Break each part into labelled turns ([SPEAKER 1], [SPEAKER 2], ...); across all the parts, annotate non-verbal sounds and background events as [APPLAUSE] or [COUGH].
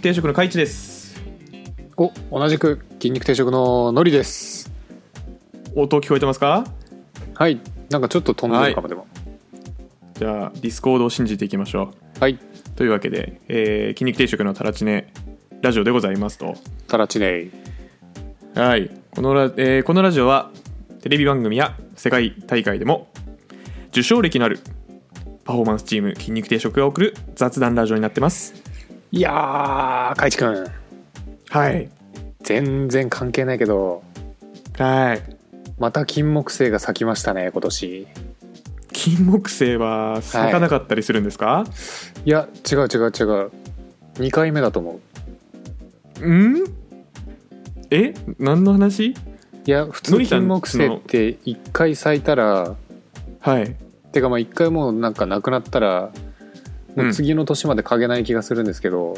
[SPEAKER 1] 定食の海一です
[SPEAKER 2] お同じく筋肉定食ののりです
[SPEAKER 1] 音聞こえてますか
[SPEAKER 2] はいなんかちょっと飛んでるかもでも
[SPEAKER 1] じゃあディスコードを信じていきましょ
[SPEAKER 2] はい、
[SPEAKER 1] うというわけで、えー、筋肉定食のタラチネラジオでございますと
[SPEAKER 2] タラチネイ
[SPEAKER 1] はいこのラ、えーこのラジオはテレビ番組や世界大会でも受賞歴のあるパフォーマンスチーム筋肉定食が送る雑談ラジオになってます
[SPEAKER 2] いやーかいちくん
[SPEAKER 1] はい
[SPEAKER 2] 全然関係ないけど
[SPEAKER 1] はい
[SPEAKER 2] また金木犀が咲きましたね今年
[SPEAKER 1] 金木犀は咲かなかったりするんですか、
[SPEAKER 2] いや違う違う違う2回目だと思う
[SPEAKER 1] うんえ何の話
[SPEAKER 2] いや普
[SPEAKER 1] の
[SPEAKER 2] 通
[SPEAKER 1] りさん
[SPEAKER 2] 金木犀って1回咲いたら
[SPEAKER 1] はい
[SPEAKER 2] てかまあ1回もうなんかなくなったらもう次の年まで嗅げない気がするんですけど、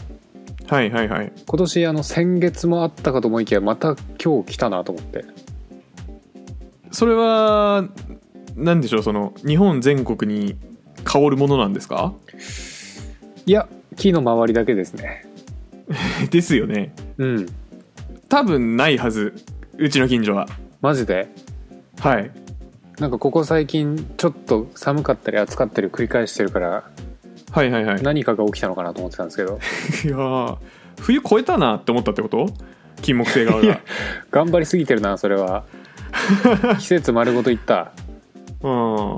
[SPEAKER 1] はいはいはい
[SPEAKER 2] 今年あの先月もあったかと思いきやまた今日来たなと思って
[SPEAKER 1] それは何でしょうその日本全国に香るものなんですか [LAUGHS]
[SPEAKER 2] いや木の周りだけですね
[SPEAKER 1] ですよね
[SPEAKER 2] うん
[SPEAKER 1] 多分ないはずうちの近所は
[SPEAKER 2] マジで
[SPEAKER 1] はい
[SPEAKER 2] なんかここ最近ちょっと寒かったり暑かったりを繰り返してるから
[SPEAKER 1] はい [LAUGHS] はいはいいや
[SPEAKER 2] 何かが起きたのかなと思ってたんですけ
[SPEAKER 1] [LAUGHS]
[SPEAKER 2] ど
[SPEAKER 1] ー冬越えたなって思ったってこと金木犀側が
[SPEAKER 2] 頑張りすぎてるなそれ
[SPEAKER 1] [LAUGHS]
[SPEAKER 2] は季節丸ごといった
[SPEAKER 1] う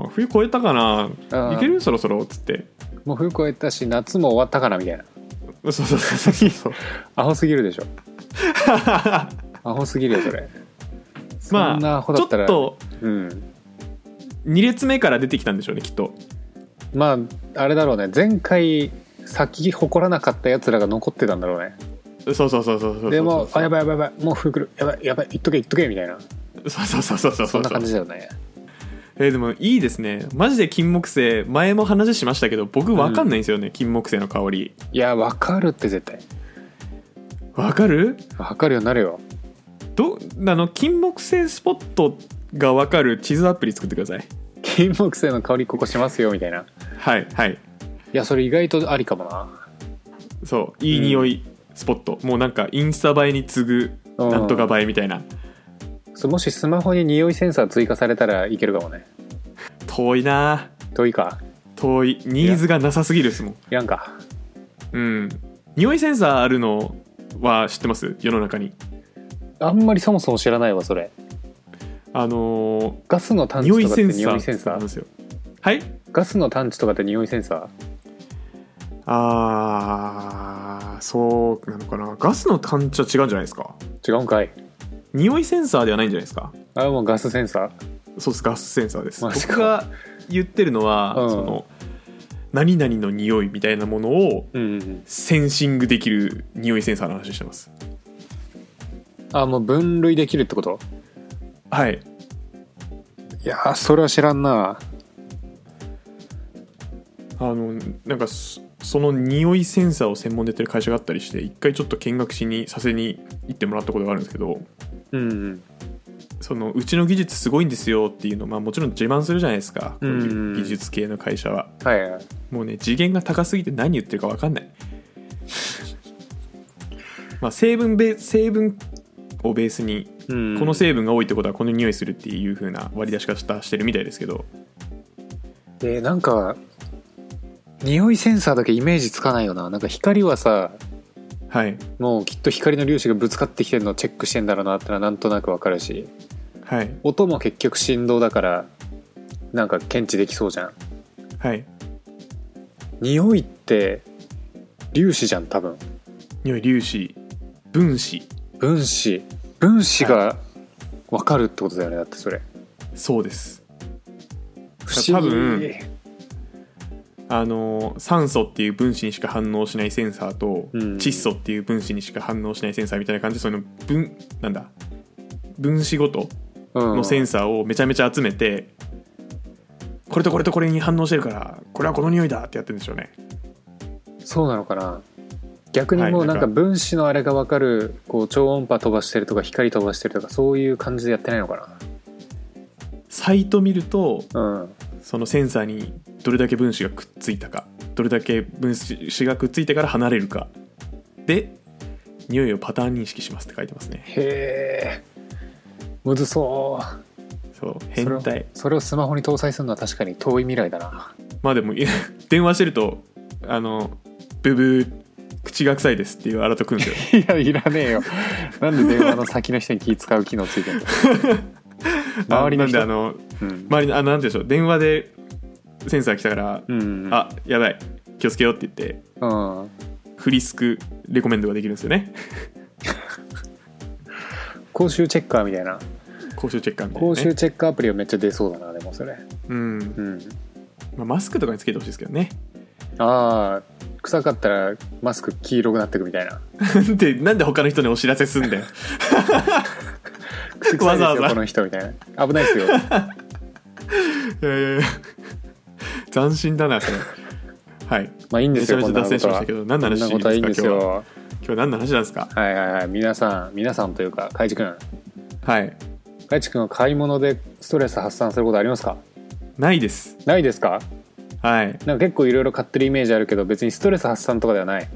[SPEAKER 1] ん冬越えたかな
[SPEAKER 2] あー
[SPEAKER 1] いけるそろそろっつって
[SPEAKER 2] もう冬越えたし夏も終わったかなみたいな
[SPEAKER 1] そうそうそうそうそう
[SPEAKER 2] アホすぎるでしょアホすぎるよそれ
[SPEAKER 1] [LAUGHS] ま
[SPEAKER 2] そんなア
[SPEAKER 1] あ
[SPEAKER 2] ホ
[SPEAKER 1] ちょ
[SPEAKER 2] だっ
[SPEAKER 1] った
[SPEAKER 2] ら
[SPEAKER 1] と
[SPEAKER 2] うん
[SPEAKER 1] 2列目から出てきたんでしょうねきっと
[SPEAKER 2] まああれだろうね前回咲き誇らなかったやつらが残ってたんだろうね
[SPEAKER 1] そうそうそうそうそうそう
[SPEAKER 2] でもうあやばいやばいやばいもう冬来るやばいやばい言っとけ言っとけみたいな
[SPEAKER 1] そうそうそうそうそう
[SPEAKER 2] そんな感じだよね
[SPEAKER 1] えーでもいいですねマジで金木犀前も話しましたけど僕わかんないんですよね、金木犀の香り
[SPEAKER 2] いやわかるって絶対
[SPEAKER 1] わかる
[SPEAKER 2] わかるようになるよ
[SPEAKER 1] どあの金木犀スポットがわかる地図アプリ作ってください
[SPEAKER 2] 金木犀の香りここしますよみたいな
[SPEAKER 1] はいはい
[SPEAKER 2] いやそれ意外とありかもな
[SPEAKER 1] そういい匂いスポット、もうなんかインスタ映えに次ぐ
[SPEAKER 2] うん
[SPEAKER 1] なんとか映えみたいな
[SPEAKER 2] そうもしスマホに匂いセンサー追加されたらいけるかもね
[SPEAKER 1] 遠いな
[SPEAKER 2] 遠いか
[SPEAKER 1] 遠いニーズがなさすぎるですもん
[SPEAKER 2] いらんか
[SPEAKER 1] うん匂いセンサーあるのは知ってます世の中に
[SPEAKER 2] あんまりそもそも知らないわそれ
[SPEAKER 1] あの
[SPEAKER 2] ガスの
[SPEAKER 1] ー
[SPEAKER 2] 探知
[SPEAKER 1] 匂
[SPEAKER 2] と
[SPEAKER 1] い
[SPEAKER 2] かっ
[SPEAKER 1] セ
[SPEAKER 2] て
[SPEAKER 1] ンサー
[SPEAKER 2] 匂いセンサ
[SPEAKER 1] なん
[SPEAKER 2] ー
[SPEAKER 1] ですよはい
[SPEAKER 2] ガスの探知とかって匂いセンサー
[SPEAKER 1] あーそうなのかなガスの探知は違うんじゃないですか
[SPEAKER 2] 違うんかい
[SPEAKER 1] 匂いセンサーではないんじゃないですか
[SPEAKER 2] あれもうガスセンサ
[SPEAKER 1] そうですガスセンサーです
[SPEAKER 2] マジか
[SPEAKER 1] 僕が言ってるのは、
[SPEAKER 2] うん
[SPEAKER 1] その何々の匂いみたいなものを
[SPEAKER 2] ーうん、うん、
[SPEAKER 1] センシングできる匂いセンサーの話してます
[SPEAKER 2] あもう分類できるってこと
[SPEAKER 1] はい
[SPEAKER 2] いやーそれは知らんな
[SPEAKER 1] あのなんかそその匂いセンサーを専門でやってる会社があったりして一回ちょっと見学しにさせに行ってもらったことがあるんですけど
[SPEAKER 2] うんうん
[SPEAKER 1] そのうちの技術すごいんですよっていうのまあもちろん自慢するじゃないですかこういう技術系の会社は、
[SPEAKER 2] はいはい
[SPEAKER 1] もうね次元が高すぎて何言ってるか分かんない
[SPEAKER 2] [LAUGHS]
[SPEAKER 1] まあ成分べ成分をベースに
[SPEAKER 2] うん
[SPEAKER 1] この成分が多いってことはこの匂いするっていう風な割り出し方してるみたいですけど
[SPEAKER 2] えーなんか匂いセンサーだけイメージつかないよななんか光はさ
[SPEAKER 1] はい
[SPEAKER 2] もうきっと光の粒子がぶつかってきてるのをチェックしてんだろうなってのはなんとなくわかるし
[SPEAKER 1] はい
[SPEAKER 2] 音も結局振動だからなんか検知できそうじゃん
[SPEAKER 1] はい
[SPEAKER 2] 匂いって粒子じゃん多分
[SPEAKER 1] 匂い粒子分子
[SPEAKER 2] 分子分子がわかるってことだよねだってそれ
[SPEAKER 1] そうです
[SPEAKER 2] 不思議
[SPEAKER 1] 多分あの酸素っていう分子にしか反応しないセンサーと、
[SPEAKER 2] うん
[SPEAKER 1] 窒素っていう分子にしか反応しないセンサーみたいな感じでその分なんだ分子ごと
[SPEAKER 2] うん
[SPEAKER 1] のセンサーをめちゃめちゃ集めて、これとこれとこれに反応してるからこれはこの匂いだってやってるんでしょうね
[SPEAKER 2] そうなのかな逆にも
[SPEAKER 1] は
[SPEAKER 2] う
[SPEAKER 1] いな
[SPEAKER 2] な
[SPEAKER 1] んんか
[SPEAKER 2] か分子のあれが分かるこう超音波飛ばしてるとか光飛ばしてるとかそういう感じでやってないのか
[SPEAKER 1] サイト見ると
[SPEAKER 2] なうん
[SPEAKER 1] そのセンサーにどれだけ分子がくっついたかどれだけ分子がくっついてから離れるかで匂いをパターン認識しますって書いてますね
[SPEAKER 2] へえむずそう
[SPEAKER 1] そう
[SPEAKER 2] それ
[SPEAKER 1] 変
[SPEAKER 2] を
[SPEAKER 1] 態
[SPEAKER 2] それをスマホに搭載するのは確かに遠い未来だな
[SPEAKER 1] まあでも [LAUGHS] い電話してるとあのブブー口が臭いですっていうアラートくんですよ
[SPEAKER 2] [LAUGHS] いやいらねえよなんで電話の先の人に気使う機能ついてんだ [LAUGHS] [LAUGHS] 周りの人
[SPEAKER 1] あなんであの
[SPEAKER 2] うん、
[SPEAKER 1] 周りのあのなんて言うんでしょう電話でセンサー来たから、
[SPEAKER 2] うん、
[SPEAKER 1] あやばい気をつけようって言って
[SPEAKER 2] うん
[SPEAKER 1] フリスクレコメンドができるんですよね [LAUGHS]
[SPEAKER 2] 公衆チェッカーみたいな
[SPEAKER 1] 公衆チェッカーみたいな、ね、
[SPEAKER 2] 公衆チェックアプリはめっちゃ出そうだなでもそれ
[SPEAKER 1] うん
[SPEAKER 2] うん
[SPEAKER 1] まあ、マスクとかにつけてほしいですけどね [LAUGHS]
[SPEAKER 2] ああ臭かったらマスク黄色くなってくみたいな
[SPEAKER 1] でなんで他の人にお知らせすんだよ
[SPEAKER 2] 口臭いです
[SPEAKER 1] [LAUGHS]
[SPEAKER 2] よ
[SPEAKER 1] わざわざ
[SPEAKER 2] この人みたいな危ないですよ
[SPEAKER 1] いやいやいや斬新だなそれはい
[SPEAKER 2] まあいいんですよ
[SPEAKER 1] [LAUGHS] めちゃめちゃ脱線しましたけど
[SPEAKER 2] こんなことは
[SPEAKER 1] 何の話
[SPEAKER 2] こんなことはいいんです
[SPEAKER 1] 今日
[SPEAKER 2] よ
[SPEAKER 1] 今日何の話なんですか
[SPEAKER 2] はいはいはい皆さん皆さんというかかいちくん
[SPEAKER 1] はい
[SPEAKER 2] かいちくんは買い物でストレス発散することありますか
[SPEAKER 1] ないです
[SPEAKER 2] ないですか
[SPEAKER 1] はい
[SPEAKER 2] なんか結構いろいろ買ってるイメージあるけど別にストレス発散とかではない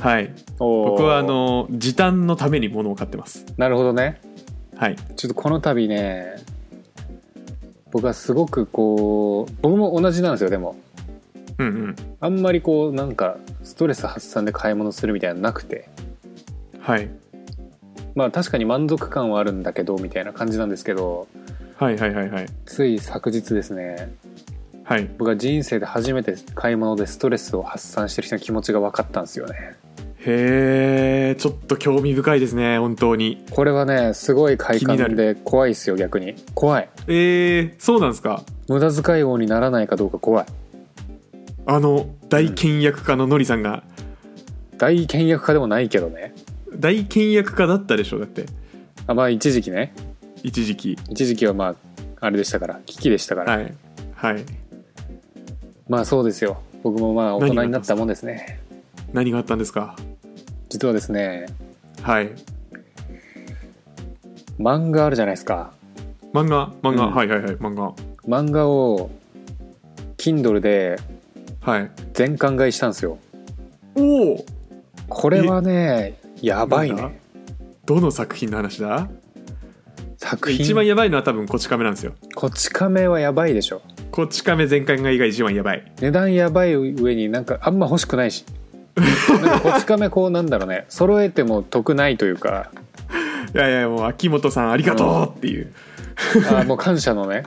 [SPEAKER 1] はい
[SPEAKER 2] 僕
[SPEAKER 1] 僕はあの時短のために物を買ってます
[SPEAKER 2] なるほどね
[SPEAKER 1] はい
[SPEAKER 2] ちょっとこの度ね僕はすごくこう僕も同じなんですよでも
[SPEAKER 1] うんうん
[SPEAKER 2] あんまりこうなんかストレス発散で買い物するみたいなのなくて
[SPEAKER 1] はい、
[SPEAKER 2] まあ確かに満足感はあるんだけどみたいな感じなんですけど
[SPEAKER 1] はいはいはいはい
[SPEAKER 2] つい昨日ですね
[SPEAKER 1] はい
[SPEAKER 2] 僕は人生で初めて買い物でストレスを発散してる人の気持ちが分かったんですよね
[SPEAKER 1] へえちょっと興味深いですね本当に
[SPEAKER 2] これはねすごい快
[SPEAKER 1] 気にな
[SPEAKER 2] 感
[SPEAKER 1] る
[SPEAKER 2] で怖いですよ逆に怖い
[SPEAKER 1] えー、そうなんですか
[SPEAKER 2] 無駄遣い王にならないかどうか怖い
[SPEAKER 1] あの大倹約家ののりさんが、
[SPEAKER 2] 大倹約家でもないけどね
[SPEAKER 1] 大倹約家だったでしょだって
[SPEAKER 2] あまあ一時期ね
[SPEAKER 1] 一時期
[SPEAKER 2] 一時期はまああれでしたから危機でしたから、
[SPEAKER 1] はいはい
[SPEAKER 2] まあそうですよ僕もまあ大人になったもんですね
[SPEAKER 1] 何があったんですか
[SPEAKER 2] 実はですね
[SPEAKER 1] はい
[SPEAKER 2] 漫画あるじゃないですか
[SPEAKER 1] 漫画漫画、
[SPEAKER 2] うん
[SPEAKER 1] はいはいはい漫画
[SPEAKER 2] 漫画を Kindle で
[SPEAKER 1] はい
[SPEAKER 2] 全巻買いしたんですよ
[SPEAKER 1] おお
[SPEAKER 2] これはねやばい
[SPEAKER 1] なんだ
[SPEAKER 2] ね
[SPEAKER 1] どの作品の話だ
[SPEAKER 2] 作
[SPEAKER 1] 一番
[SPEAKER 2] 品
[SPEAKER 1] やばいのは多分こち亀なんですよ
[SPEAKER 2] こち亀はやばいでしょ
[SPEAKER 1] こち亀全巻が以外一番やばい
[SPEAKER 2] 値段やばい上になんかあんま欲しくないしなんかこち亀こうなんだろうね [LAUGHS] 揃えても得ないというか
[SPEAKER 1] いやいやもう秋元さんありがとうっていう
[SPEAKER 2] あもう感謝のね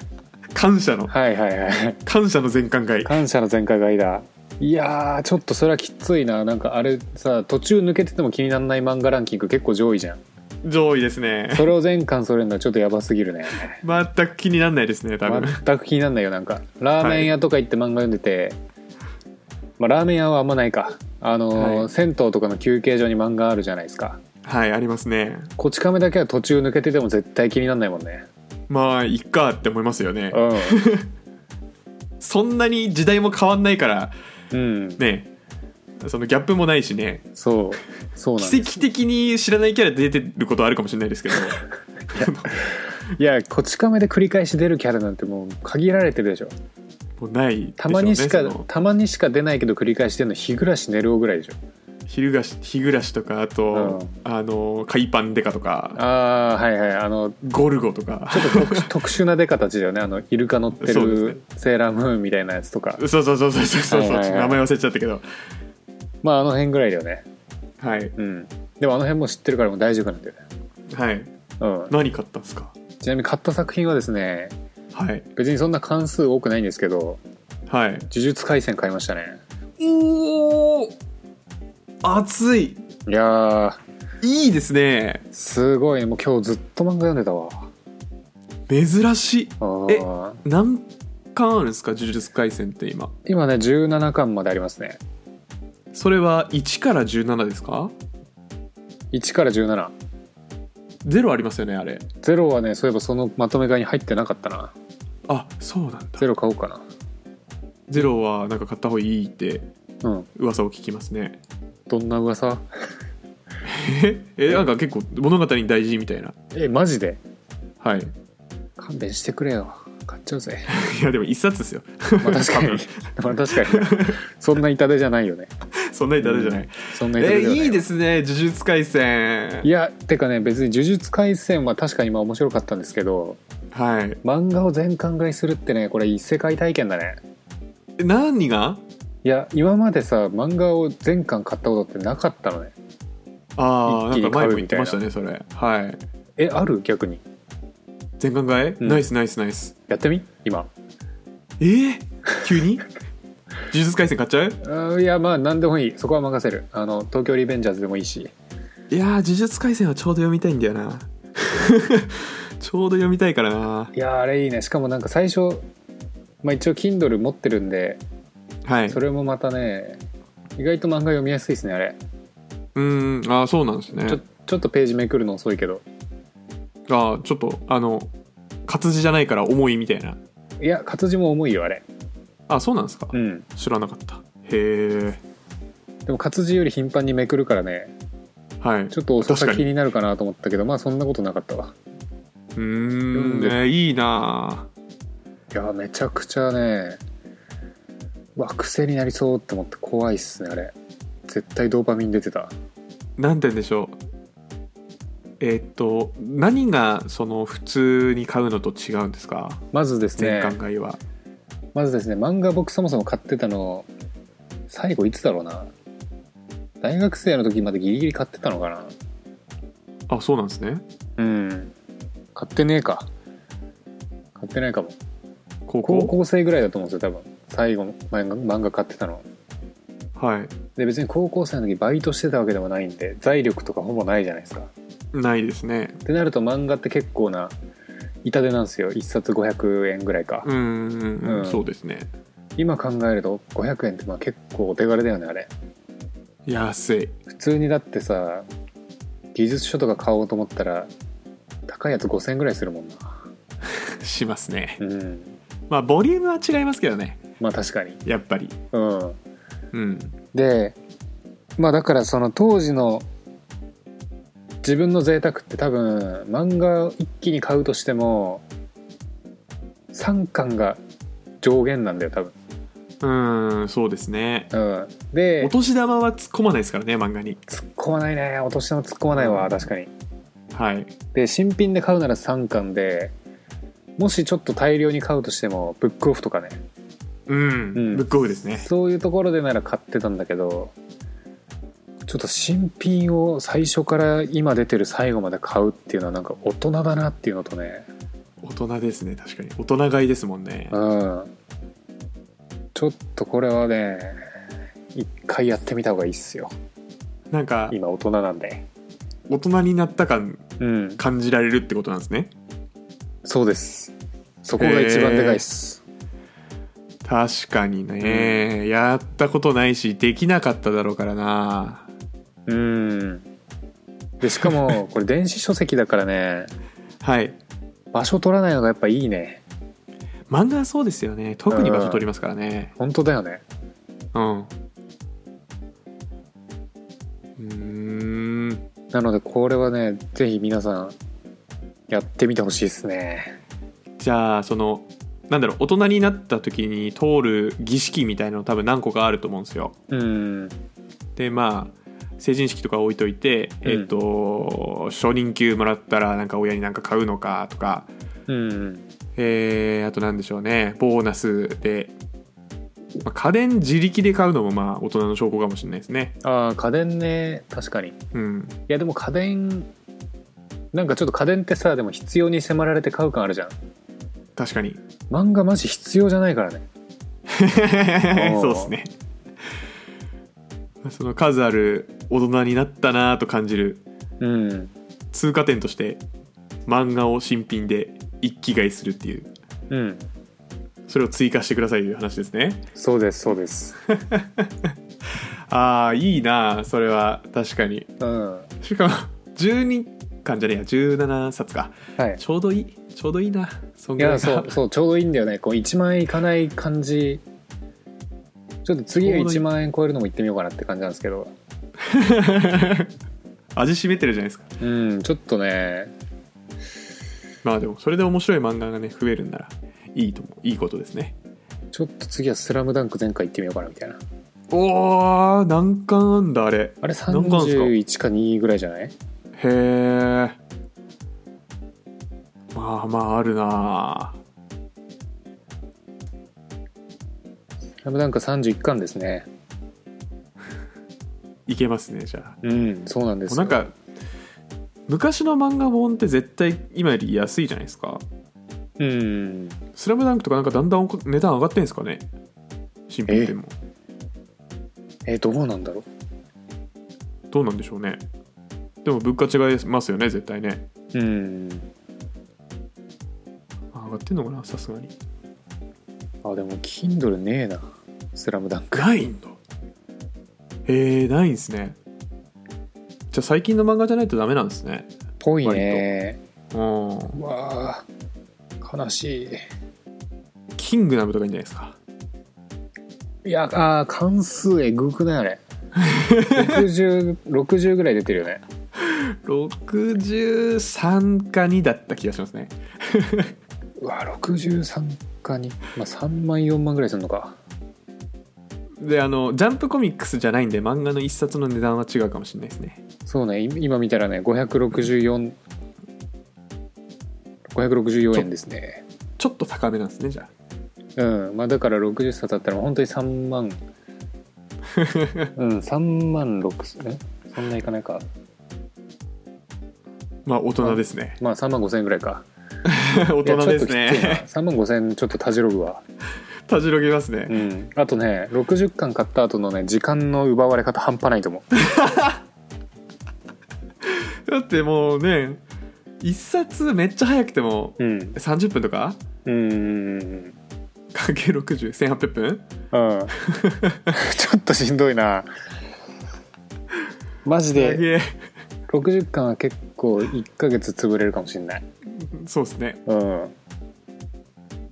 [SPEAKER 1] 感謝の
[SPEAKER 2] はいはいはい
[SPEAKER 1] 感謝の全巻買い
[SPEAKER 2] 感謝の全開買いだいやーちょっとそれはきついななんかあれさ途中抜けてても気にならない漫画ランキング結構上位じゃん
[SPEAKER 1] 上位ですね
[SPEAKER 2] それを全巻それるのはちょっとやばすぎるね
[SPEAKER 1] 全く気になんないですね多分、
[SPEAKER 2] 全く気にならないよなんかラーメン屋とか行って漫画読んでて、まあ、ラーメン屋はあんまないかあのー、
[SPEAKER 1] はい
[SPEAKER 2] 銭湯とかの休憩所に漫画あるじゃないですか
[SPEAKER 1] はいありますね
[SPEAKER 2] こち亀だけは途中抜けてても絶対気にならないもんね
[SPEAKER 1] まあいっかって思いますよね
[SPEAKER 2] う
[SPEAKER 1] そんなに時代も変わんないから
[SPEAKER 2] ん、うん、
[SPEAKER 1] ねそのギャップもないしね
[SPEAKER 2] そうそうなん
[SPEAKER 1] 奇
[SPEAKER 2] で
[SPEAKER 1] 跡的に知らないキャラ出てることはあるかもしれない
[SPEAKER 2] [LAUGHS]
[SPEAKER 1] ですけど
[SPEAKER 2] すいやこち亀で繰り返し出るキャラなんてもう限られてるでしょ
[SPEAKER 1] もうないでょうね
[SPEAKER 2] たまにしか、
[SPEAKER 1] その
[SPEAKER 2] たまにしか出ないけど繰り返してるの日暮らし寝るおぐらいでしょ
[SPEAKER 1] 日暮らし日暮らしとかあと、あの海パンデカとか
[SPEAKER 2] ああはいはいあの
[SPEAKER 1] ゴルゴとか
[SPEAKER 2] ちょっと特殊 [LAUGHS] 特殊な出方ちだよねあのイルカ乗って
[SPEAKER 1] そうです
[SPEAKER 2] るセーラームーンみたいなやつとか、
[SPEAKER 1] そうそうそうそうそうそう、
[SPEAKER 2] はいはいはい
[SPEAKER 1] ちょっと名前忘れちゃったけど
[SPEAKER 2] まああの辺ぐらいだよね
[SPEAKER 1] はい
[SPEAKER 2] うんでもあの辺も知ってるからもう大丈夫なんだよね
[SPEAKER 1] はい
[SPEAKER 2] うん、
[SPEAKER 1] 何買ったんですか
[SPEAKER 2] ちなみに買った作品はですね
[SPEAKER 1] はい
[SPEAKER 2] 別にそんな関数多くないんですけど
[SPEAKER 1] はい
[SPEAKER 2] 「呪術廻戦」買いましたね
[SPEAKER 1] おお熱い
[SPEAKER 2] いやー
[SPEAKER 1] いいですね
[SPEAKER 2] すごいもう今日ずっと漫画読んでたわ
[SPEAKER 1] 珍しい
[SPEAKER 2] あ
[SPEAKER 1] え
[SPEAKER 2] ー
[SPEAKER 1] 何巻あるんですか呪術廻戦って今
[SPEAKER 2] 今ね17巻までありますね
[SPEAKER 1] それは1から17ですか
[SPEAKER 2] 1から17
[SPEAKER 1] ?0 ありますよねあれ
[SPEAKER 2] ゼロはねそういえばそのまとめ買いに入ってなかったな
[SPEAKER 1] あそうなんだ
[SPEAKER 2] ゼロ買おうかな
[SPEAKER 1] 0はなんか買った方がいいって
[SPEAKER 2] うん
[SPEAKER 1] 噂を聞きますね
[SPEAKER 2] どんな噂
[SPEAKER 1] ええなんか結構物語に大事みたいな
[SPEAKER 2] えマジで
[SPEAKER 1] はいい [LAUGHS]
[SPEAKER 2] 勘弁してくれよ買っちゃうぜ
[SPEAKER 1] やでも一冊ですよ
[SPEAKER 2] まあ確かにまあ確かにそんな痛手じゃないよね
[SPEAKER 1] [LAUGHS] そんなに誰じゃない、
[SPEAKER 2] そんな
[SPEAKER 1] え
[SPEAKER 2] に誰ではな
[SPEAKER 1] ーいいですすね「呪術廻戦
[SPEAKER 2] い」やてかね別に「呪術廻戦」は確かにまあ面白かったんですけど
[SPEAKER 1] はい
[SPEAKER 2] 漫画を全巻買いするってねこれ異世界体験だね
[SPEAKER 1] え何が
[SPEAKER 2] いや今までさ漫画を全巻買ったことってなかったのね
[SPEAKER 1] ああなん
[SPEAKER 2] 一気
[SPEAKER 1] か前
[SPEAKER 2] に買
[SPEAKER 1] も
[SPEAKER 2] う
[SPEAKER 1] 言っ
[SPEAKER 2] み
[SPEAKER 1] て
[SPEAKER 2] たいな
[SPEAKER 1] ましたねそれはい
[SPEAKER 2] えある逆に
[SPEAKER 1] 全巻買い、
[SPEAKER 2] うん
[SPEAKER 1] ナイスナイスナイス
[SPEAKER 2] やってみ今
[SPEAKER 1] えー、急
[SPEAKER 2] [LAUGHS]
[SPEAKER 1] に呪術廻戦買っちゃう
[SPEAKER 2] あーいやまあ何でもいいそこは任せるあの東京リベンジャーズでもいいし
[SPEAKER 1] いやー呪術廻戦はちょうど読みたいんだよな [LAUGHS] ちょうど読みたいからない
[SPEAKER 2] やーあれいいねしかもなんか最初、まあ、一応 Kindle 持ってるんで
[SPEAKER 1] はい
[SPEAKER 2] それもまたね意外と漫画読みやすいですねあれ
[SPEAKER 1] うーんああそうなんですね
[SPEAKER 2] ちょちょっとページめくるの遅いけど
[SPEAKER 1] ああちょっとあの活字じゃないから重いみたいない
[SPEAKER 2] や活字も重いよあれ
[SPEAKER 1] あそうなんですか、
[SPEAKER 2] うん
[SPEAKER 1] 知らなかったへえ
[SPEAKER 2] でも活字より頻繁にめくるからね
[SPEAKER 1] はい
[SPEAKER 2] ちょっと遅さ
[SPEAKER 1] 確か
[SPEAKER 2] 気
[SPEAKER 1] に
[SPEAKER 2] になるかなと思ったけどまあそんなことなかったわ
[SPEAKER 1] うーん、
[SPEAKER 2] 読んで
[SPEAKER 1] ね、いいない
[SPEAKER 2] やーめちゃくちゃねうわ癖になりそうって思って怖いっすねあれ絶対ドーパミン出てた
[SPEAKER 1] なんて言うんでしょうえーっと何がその普通に買うのと違うんですか
[SPEAKER 2] まずです
[SPEAKER 1] 全
[SPEAKER 2] ね
[SPEAKER 1] 巻買いは、
[SPEAKER 2] まずですね漫画僕そもそも買ってたの最後いつだろうな大学生の時までギリギリ買ってたのかな
[SPEAKER 1] あそうなんですね
[SPEAKER 2] うん買ってねえか買ってないかも
[SPEAKER 1] 高校
[SPEAKER 2] 高校生ぐらいだと思うんですよ多分最後の漫画漫画買ってたの
[SPEAKER 1] はい
[SPEAKER 2] で別に高校生の時バイトしてたわけでもないんで財力とかほぼないじゃないですか
[SPEAKER 1] ないですね
[SPEAKER 2] ってなると漫画って結構な痛手なんですよ1冊500円ぐらいか、
[SPEAKER 1] うーん、
[SPEAKER 2] うん
[SPEAKER 1] そうですね
[SPEAKER 2] 今考えると500円ってまあ結構お手軽だよねあれ
[SPEAKER 1] 安い
[SPEAKER 2] 普通にだってさ技術書とか買おうと思ったら高いやつ5000円ぐらいするもんな
[SPEAKER 1] しますね
[SPEAKER 2] うん
[SPEAKER 1] まあボリュームは違いますけどね
[SPEAKER 2] まあ確かに
[SPEAKER 1] やっぱり
[SPEAKER 2] うん
[SPEAKER 1] うん
[SPEAKER 2] でまあだからその当時の自分の贅沢って多分漫画を一気に買うとしても3巻が上限なんだよ多分、
[SPEAKER 1] うーんそうですね
[SPEAKER 2] うん、で
[SPEAKER 1] お年玉は突っ込まないですからね漫画に
[SPEAKER 2] 突っ込まないねお年玉突っ込まないわ確かに
[SPEAKER 1] はい
[SPEAKER 2] で新品で買うなら3巻でもしちょっと大量に買うとしてもブックオフとかね
[SPEAKER 1] うん、
[SPEAKER 2] うん
[SPEAKER 1] ブックオフですね
[SPEAKER 2] そういうところでなら買ってたんだけどちょっと新品を最初から今出てる最後まで買うっていうのはなんか大人だなっていうのとね
[SPEAKER 1] 大人ですね確かに大人買いですもんね
[SPEAKER 2] うんちょっとこれはね一回やってみた方がいいっすよ
[SPEAKER 1] なんか
[SPEAKER 2] 今大人なんで
[SPEAKER 1] 大人になった感
[SPEAKER 2] うん
[SPEAKER 1] 感じられるってことなんですね
[SPEAKER 2] そうですそこが一番でかいっす、
[SPEAKER 1] 確かにね、やったことないしできなかっただろうからな
[SPEAKER 2] うんでしかもこれ電子書籍だからね
[SPEAKER 1] はい
[SPEAKER 2] 場所取らないのがやっぱいいね
[SPEAKER 1] 漫画はそうですよね特に場所取りますからね
[SPEAKER 2] 本当だよね
[SPEAKER 1] うんうーん
[SPEAKER 2] なのでこれはねぜひ皆さんやってみてほしいですね
[SPEAKER 1] じゃあそのなんだろう大人になった時に通る儀式みたいなの多分何個かあると思うんですよ
[SPEAKER 2] うん
[SPEAKER 1] でまあ成人式とか置いといて、
[SPEAKER 2] うん
[SPEAKER 1] えっ、と初任給もらったらなんか親になんか買うのかとか
[SPEAKER 2] うん
[SPEAKER 1] えーあとなんでしょうねボーナスで、まあ家電自力で買うのもまあ大人の証拠かもしれないですね
[SPEAKER 2] ああ家電ね確かにい
[SPEAKER 1] うん
[SPEAKER 2] やでも家電なんかちょっと家電ってさでも必要に迫られて買う感あるじゃん
[SPEAKER 1] 確かに
[SPEAKER 2] 漫画マジ必要じゃないからね
[SPEAKER 1] [LAUGHS] そうですねその数ある大人になったなと感じる
[SPEAKER 2] うん
[SPEAKER 1] 通過点として漫画を新品で一気買いするっていう
[SPEAKER 2] うん
[SPEAKER 1] それを追加してくださいという話ですね
[SPEAKER 2] そうですそうです
[SPEAKER 1] ああいいなそれは確かに
[SPEAKER 2] うんは
[SPEAKER 1] しかも12巻じゃねえや17冊か
[SPEAKER 2] い
[SPEAKER 1] ちょうどいいちょうどいいなそん
[SPEAKER 2] い
[SPEAKER 1] ぐらい
[SPEAKER 2] や
[SPEAKER 1] が
[SPEAKER 2] そうそうちょうどいいんだよねこう1万円いかない感じちょっと次は
[SPEAKER 1] ちょうどいい
[SPEAKER 2] 1万円超えるのも行ってみようかなって感じなんですけど
[SPEAKER 1] 味しめてるじゃないですか
[SPEAKER 2] うんちょっとね
[SPEAKER 1] まあでもそれで面白い漫画がね増えるんならいいと思ういいことですね
[SPEAKER 2] ちょっと次は「スラムダンク前回行ってみようかなみたいな
[SPEAKER 1] おお難関あんだあれ
[SPEAKER 2] あれ
[SPEAKER 1] 何巻ですか
[SPEAKER 2] 31か2ぐらいじゃない
[SPEAKER 1] へえまあまああるな
[SPEAKER 2] 多分なんか31巻ですね
[SPEAKER 1] いけますねじゃあ
[SPEAKER 2] うんそうなんです
[SPEAKER 1] なんか昔の漫画本って絶対今より安いじゃないですか
[SPEAKER 2] うん
[SPEAKER 1] 「スラムダンクとかなんかだんだんお値段上がってんですかね新品でも
[SPEAKER 2] えどうなんだろ
[SPEAKER 1] どうなんでしょうねでも物価違いますよね絶対ね
[SPEAKER 2] ううん
[SPEAKER 1] あ上がってんのかなさすがに
[SPEAKER 2] あでも Kindle ねえな「スラムダンク
[SPEAKER 1] ないんだへえないんですねじゃあ最近の漫画じゃないとダメなんですね
[SPEAKER 2] ぽいね
[SPEAKER 1] うん
[SPEAKER 2] うわあ悲し
[SPEAKER 1] キングダムとかいいんじゃないですか
[SPEAKER 2] いいやあー関数えぐくないあれ 60, 60ぐらい出てるよね
[SPEAKER 1] 63か2だった気がしますね
[SPEAKER 2] うわ63かに、まあ、3万4万ぐらいするのか
[SPEAKER 1] であのジャンプコミックスじゃないんで漫画の一冊の値段は違うかもしれないですね
[SPEAKER 2] そうねい今見たらね564 564円ですね
[SPEAKER 1] ちょっと高めなんですねじゃあ
[SPEAKER 2] うんまあだから60冊だったらもう本当に3
[SPEAKER 1] [LAUGHS]
[SPEAKER 2] 万うん3万6えそんないかないか
[SPEAKER 1] まあ大人ですね
[SPEAKER 2] まあ3万5千円ぐらいか
[SPEAKER 1] [LAUGHS] 大人です
[SPEAKER 2] いやちょっときついな
[SPEAKER 1] ね
[SPEAKER 2] 3万5千円ちょっとたじろぐわ
[SPEAKER 1] たじろぎますね、
[SPEAKER 2] うんあとね60巻買った後のね時間の奪われ方半端ないと思う
[SPEAKER 1] だってもうね一冊めっちゃ早くても
[SPEAKER 2] うん
[SPEAKER 1] 30分とか
[SPEAKER 2] うん
[SPEAKER 1] [LAUGHS]
[SPEAKER 2] うん
[SPEAKER 1] かけ6010800分
[SPEAKER 2] うんちょっとしんどいなマジ
[SPEAKER 1] す
[SPEAKER 2] で
[SPEAKER 1] げえ
[SPEAKER 2] 60巻は結構1ヶ月潰れるかもしれない
[SPEAKER 1] そうですね
[SPEAKER 2] うん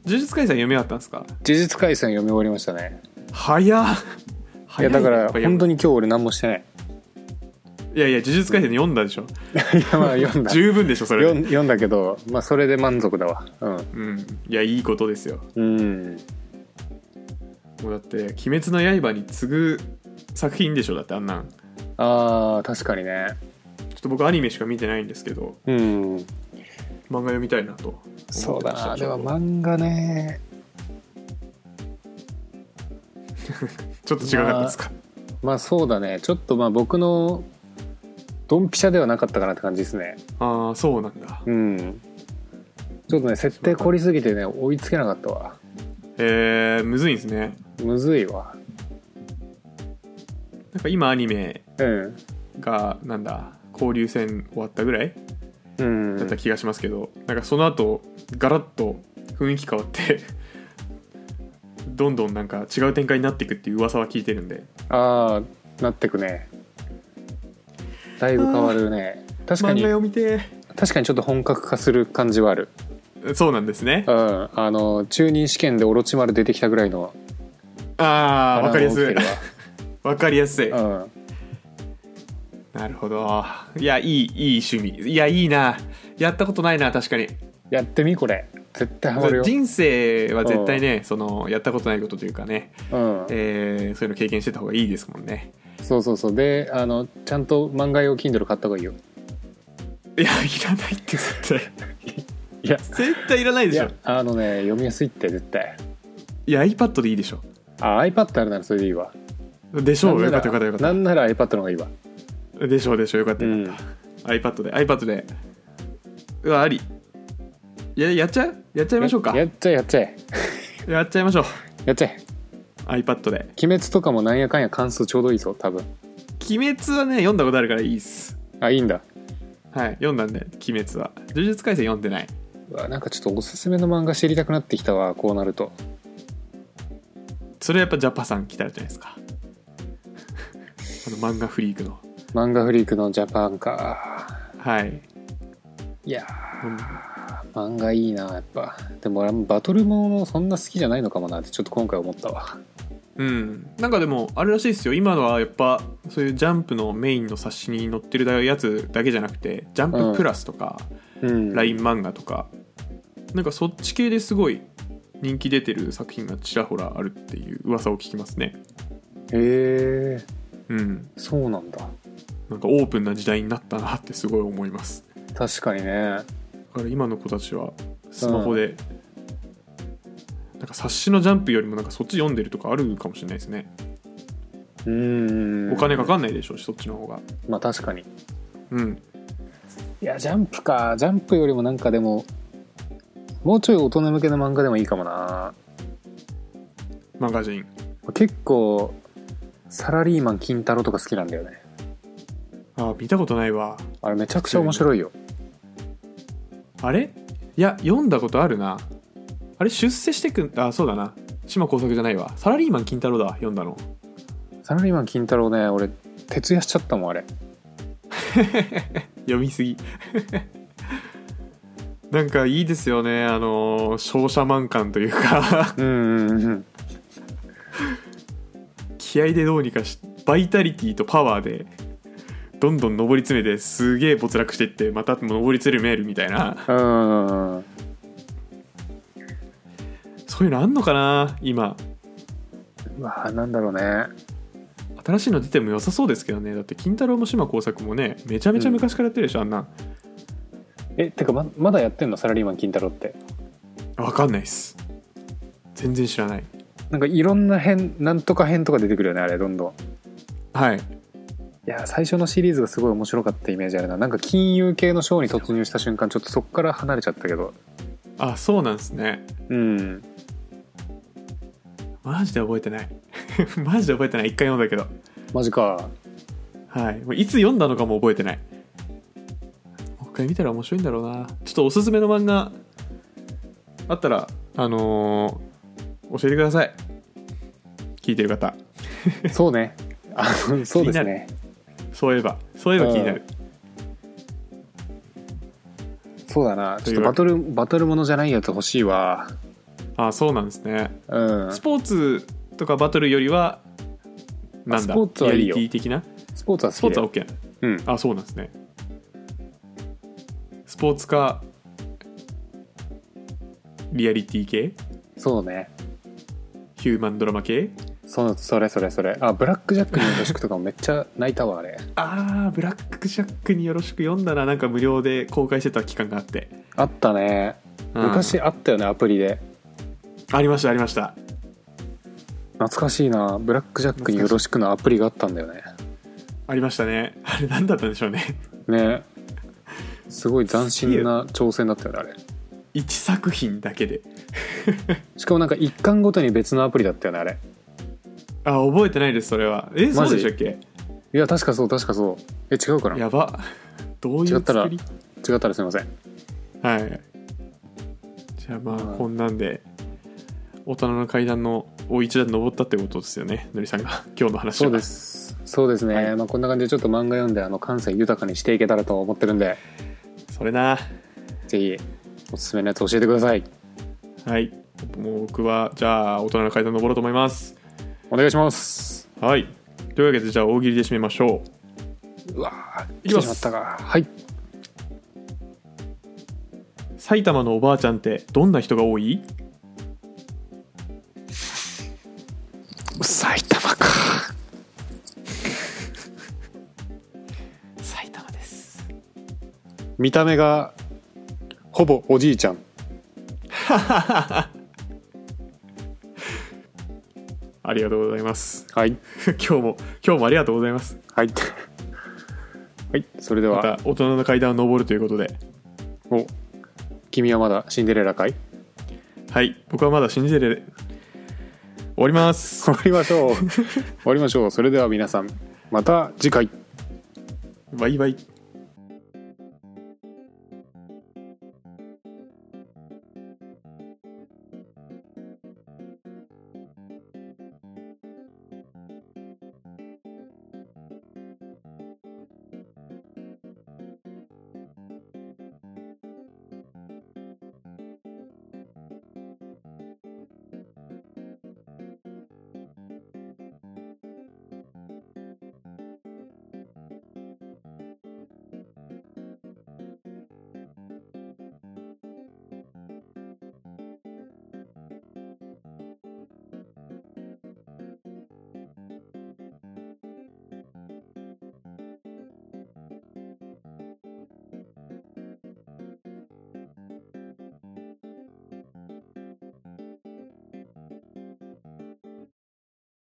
[SPEAKER 1] 呪術廻戦読み終わったんですか
[SPEAKER 2] 呪術廻戦読み終わりましたね
[SPEAKER 1] 早っ
[SPEAKER 2] い
[SPEAKER 1] 早
[SPEAKER 2] やだから本当
[SPEAKER 1] に
[SPEAKER 2] に今日俺何
[SPEAKER 1] [LAUGHS]
[SPEAKER 2] もしてない
[SPEAKER 1] いやいや呪術廻戦読んだでしょ
[SPEAKER 2] いやまあ読んだ
[SPEAKER 1] 十分でしょそれ
[SPEAKER 2] 読ん読んだけどまあそれで満足だわ
[SPEAKER 1] うんいやいいことですよ
[SPEAKER 2] うんうん
[SPEAKER 1] もうだって「鬼滅の刃」に次ぐ作品でしょだってあんなんちょ
[SPEAKER 2] あー確かにね
[SPEAKER 1] っと僕アニメしか見てないんですけど
[SPEAKER 2] うん
[SPEAKER 1] 漫画読みたいなと思ってました
[SPEAKER 2] そうだな
[SPEAKER 1] ち
[SPEAKER 2] で
[SPEAKER 1] ょっ
[SPEAKER 2] も
[SPEAKER 1] と
[SPEAKER 2] 漫画ね
[SPEAKER 1] ちょっと違かったですか、
[SPEAKER 2] まあそうだねちょっとまあ僕のドンピシャではなかったかなって感じですね
[SPEAKER 1] ああそうなんだ
[SPEAKER 2] うんちょっとね設定凝りすぎてね追いつけなかったわ
[SPEAKER 1] えー、むずいんですね
[SPEAKER 2] むずいわ
[SPEAKER 1] なんか今アニメ
[SPEAKER 2] うん
[SPEAKER 1] がなんだ交流戦終わったぐらい
[SPEAKER 2] うん
[SPEAKER 1] だった気がしますけど、なんかその後ガラッと雰囲気変わって [LAUGHS] どんどんなんか違う展開になっていくっていう噂は聞いてるんで
[SPEAKER 2] ああなってくねだいぶ変わるね確か
[SPEAKER 1] 漫
[SPEAKER 2] に
[SPEAKER 1] 画を見て
[SPEAKER 2] 確かにちょっと本格化する感じはある
[SPEAKER 1] そうなんですね
[SPEAKER 2] うんあの中任試験でオロチマル出てきたぐらいの
[SPEAKER 1] ああわかりやすい
[SPEAKER 2] 波乱が起
[SPEAKER 1] わかりやすい
[SPEAKER 2] きてるわ
[SPEAKER 1] なるほどいやいいいい趣味いやいいなやったことないな確かに
[SPEAKER 2] うんやってみこれ絶対ハマるよ
[SPEAKER 1] 人生は絶対ねそのやったことないことというかね、
[SPEAKER 2] うん
[SPEAKER 1] えーそういうの経験してた方がいいですもんね
[SPEAKER 2] そうそうそうであのちゃんと漫画用 Kindle 買った方がいいよ
[SPEAKER 1] いやいらないって絶
[SPEAKER 2] [LAUGHS]
[SPEAKER 1] 対
[SPEAKER 2] いや
[SPEAKER 1] 絶対いらない
[SPEAKER 2] い
[SPEAKER 1] でしょ
[SPEAKER 2] やあのね読みやすいって絶対
[SPEAKER 1] いや iPad でいいでしょ
[SPEAKER 2] あ iPad あるならそれでいいわ
[SPEAKER 1] でしょう
[SPEAKER 2] な
[SPEAKER 1] よ
[SPEAKER 2] んな
[SPEAKER 1] かっ
[SPEAKER 2] ら
[SPEAKER 1] たよかったよか
[SPEAKER 2] な
[SPEAKER 1] っ
[SPEAKER 2] んなら iPad の方がいいわ
[SPEAKER 1] たでしょうでしょうよかった
[SPEAKER 2] う
[SPEAKER 1] よ
[SPEAKER 2] ん
[SPEAKER 1] かった、iPad で iPad でうわありいややっちゃうやっちゃいましょうか
[SPEAKER 2] や
[SPEAKER 1] や
[SPEAKER 2] っちゃえやっちゃえ
[SPEAKER 1] っちゃいましょう
[SPEAKER 2] やっちゃえ
[SPEAKER 1] iPad で
[SPEAKER 2] 鬼滅とかもなんやかんや関数ちょうどいいぞ多分
[SPEAKER 1] 鬼滅はね読んだことあるからいいっす
[SPEAKER 2] あいいんだ
[SPEAKER 1] はい読んだんで鬼滅は呪術廻戦読んでないう
[SPEAKER 2] わなんかちょっとおすすめの漫画知りたくなってきたわこうなると
[SPEAKER 1] それはやっぱジャパさん来たらじゃないですか [LAUGHS] あの漫画フリークの
[SPEAKER 2] 漫画フリークのジャパンか
[SPEAKER 1] はい
[SPEAKER 2] いや
[SPEAKER 1] うん
[SPEAKER 2] ー漫画いいなやっぱでも俺もバトルものそんな好きじゃないのかもなってちょっと今回思ったわ
[SPEAKER 1] うん、なんかでもあれらしいですよ今のはやっぱそういうジャンプのメインの冊子に載ってるやつだけじゃなくてジャン
[SPEAKER 2] う
[SPEAKER 1] プ
[SPEAKER 2] ん
[SPEAKER 1] プラスとか、
[SPEAKER 2] うん
[SPEAKER 1] LINE 漫画とかなんかそっち系ですごい人気出てる作品がちらほらあるっていう噂を聞きますね
[SPEAKER 2] え
[SPEAKER 1] うん
[SPEAKER 2] そうなんだ
[SPEAKER 1] なんかオープンな時代になったなってすごい思います
[SPEAKER 2] 確かにね
[SPEAKER 1] だから今の子たちはスマホで、なんか冊子のジャンプよりもなんかそっち読んでるとかあるかもしれないですね、
[SPEAKER 2] うん
[SPEAKER 1] お金かかんないでしょうしそっちの方が
[SPEAKER 2] まあ確かに
[SPEAKER 1] うん
[SPEAKER 2] いやジャンプかジャンプよりもなんかでももうちょい大人向けの漫画でもいいかもな
[SPEAKER 1] マガジン
[SPEAKER 2] 結構サラリーマン金太郎とか好きなんだよね
[SPEAKER 1] ああ見たことないわ
[SPEAKER 2] あれめちゃくちゃ面白いよ
[SPEAKER 1] あれいや読んだことあるなあれ出世してくんあそうだな島耕作じゃないわサラリーマン金太郎だ読んだの
[SPEAKER 2] サラリーマン金太郎ね俺徹夜しちゃったもんあれ
[SPEAKER 1] 読みすぎ [LAUGHS] なんかいいですよねあのー商社マン感というか
[SPEAKER 2] うんうんうん
[SPEAKER 1] 気合でどうにかしバイタリティとパワーでどんどん上り詰めてすげえ没落していってまた上り詰めるみたいな
[SPEAKER 2] うんうん
[SPEAKER 1] そういうのあんのかな今
[SPEAKER 2] うわなんだろうね
[SPEAKER 1] 新しいの出ても良さそうですけどねだって金太郎も島耕作もねめちゃめちゃ昔からやってるでしょ、あんなん
[SPEAKER 2] えてかままだやってんのサラリーマン金太郎って
[SPEAKER 1] わかんないっす全然知らない
[SPEAKER 2] なんかいろんな編なんとか編とか出てくるよねあれどんどん
[SPEAKER 1] はい
[SPEAKER 2] いや最初のシリーズがすごい面白かったイメージあるななんか金融系のショーに突入した瞬間ちょっとそっから離れちゃったけど
[SPEAKER 1] あそうなんですね
[SPEAKER 2] うん
[SPEAKER 1] マジで覚えてない [LAUGHS] マジで覚えてない一回読んだけど
[SPEAKER 2] マジか
[SPEAKER 1] はいもういつ読んだのかも覚えてないもう一回見たら面白いんだろうなちょっとおすすめの漫画あったらあのー教えてください聞いてる方
[SPEAKER 2] そうね [LAUGHS] あのそうですね
[SPEAKER 1] そういえばそういえば気になる
[SPEAKER 2] そうだなち
[SPEAKER 1] と
[SPEAKER 2] ょ
[SPEAKER 1] い
[SPEAKER 2] っ
[SPEAKER 1] う
[SPEAKER 2] と
[SPEAKER 1] わ
[SPEAKER 2] バ
[SPEAKER 1] け
[SPEAKER 2] トルバトルものじゃないやつ欲しいわ
[SPEAKER 1] あそうなんですね
[SPEAKER 2] うん
[SPEAKER 1] スポーツとかバトルよりはなんだ
[SPEAKER 2] スポーツはいいよ
[SPEAKER 1] リアリティ的な
[SPEAKER 2] スポーツは好
[SPEAKER 1] スポ
[SPEAKER 2] き
[SPEAKER 1] ー
[SPEAKER 2] だ
[SPEAKER 1] ツは
[SPEAKER 2] よ
[SPEAKER 1] OK
[SPEAKER 2] うん
[SPEAKER 1] あそうなんですねスポーツかリアリティ系
[SPEAKER 2] そうね
[SPEAKER 1] ヒューマンドラマ系
[SPEAKER 2] そそれそれそれあブラックジャックによろしくとかもめっちゃ泣いたわあれ
[SPEAKER 1] あーブラックジャックによろしく読んだらなんか無料で公開してた期間があって、
[SPEAKER 2] あったね
[SPEAKER 1] うん
[SPEAKER 2] 昔あったよねアプリで
[SPEAKER 1] ありましたありました
[SPEAKER 2] 懐かしいなブラックジャックによろしくのアプリがあったんだよね
[SPEAKER 1] ありましたね [LAUGHS] あれ何だったんでしょうね [LAUGHS]
[SPEAKER 2] ねすごい斬新な挑戦だったよねあれ
[SPEAKER 1] 一作品だけで
[SPEAKER 2] しかもなんか一巻ごとに別のアプリだったよねあれ
[SPEAKER 1] あ覚えてないですそれはえ
[SPEAKER 2] マ
[SPEAKER 1] そう
[SPEAKER 2] ジ
[SPEAKER 1] でしたっけ
[SPEAKER 2] いや確かそう確かそうえ違うかな
[SPEAKER 1] やばどういう
[SPEAKER 2] 違ったら
[SPEAKER 1] 作り
[SPEAKER 2] 違ったらすいません
[SPEAKER 1] はいじゃあまあ
[SPEAKER 2] うん
[SPEAKER 1] こんなんで大人の階段のを一段登ったってことですよねのりさんが [LAUGHS] 今日の話
[SPEAKER 2] そ
[SPEAKER 1] は
[SPEAKER 2] うですそうですね、まあ、こんな感じでちょっと漫画読んであの感性豊かにしていけたらと思ってるんで
[SPEAKER 1] それな
[SPEAKER 2] ぜひおすすめのやつ教えてください
[SPEAKER 1] はいもう僕はじゃあ大人の階段登ろうと思います
[SPEAKER 2] お願いします
[SPEAKER 1] はいというわけでじゃあ大喜利で締めましょう
[SPEAKER 2] うわ
[SPEAKER 1] いき
[SPEAKER 2] ー来
[SPEAKER 1] ま
[SPEAKER 2] て
[SPEAKER 1] す
[SPEAKER 2] しまったかはい
[SPEAKER 1] 埼玉のおばあちゃんってどんな人が多い
[SPEAKER 2] 埼玉か
[SPEAKER 1] 埼玉です
[SPEAKER 2] 見た目がほぼおじいちゃん
[SPEAKER 1] ありがとうございます [LAUGHS]
[SPEAKER 2] はい
[SPEAKER 1] 今日も今日もありがとうございます
[SPEAKER 2] はいはいそれで
[SPEAKER 1] ま
[SPEAKER 2] は、
[SPEAKER 1] た大人の階段を登るということで
[SPEAKER 2] お君はまだシンデレラかい
[SPEAKER 1] はい僕はまだ信じれる終わります
[SPEAKER 2] 終わりましょう終わりましょうそれでは皆さんまた次回
[SPEAKER 1] バイバイ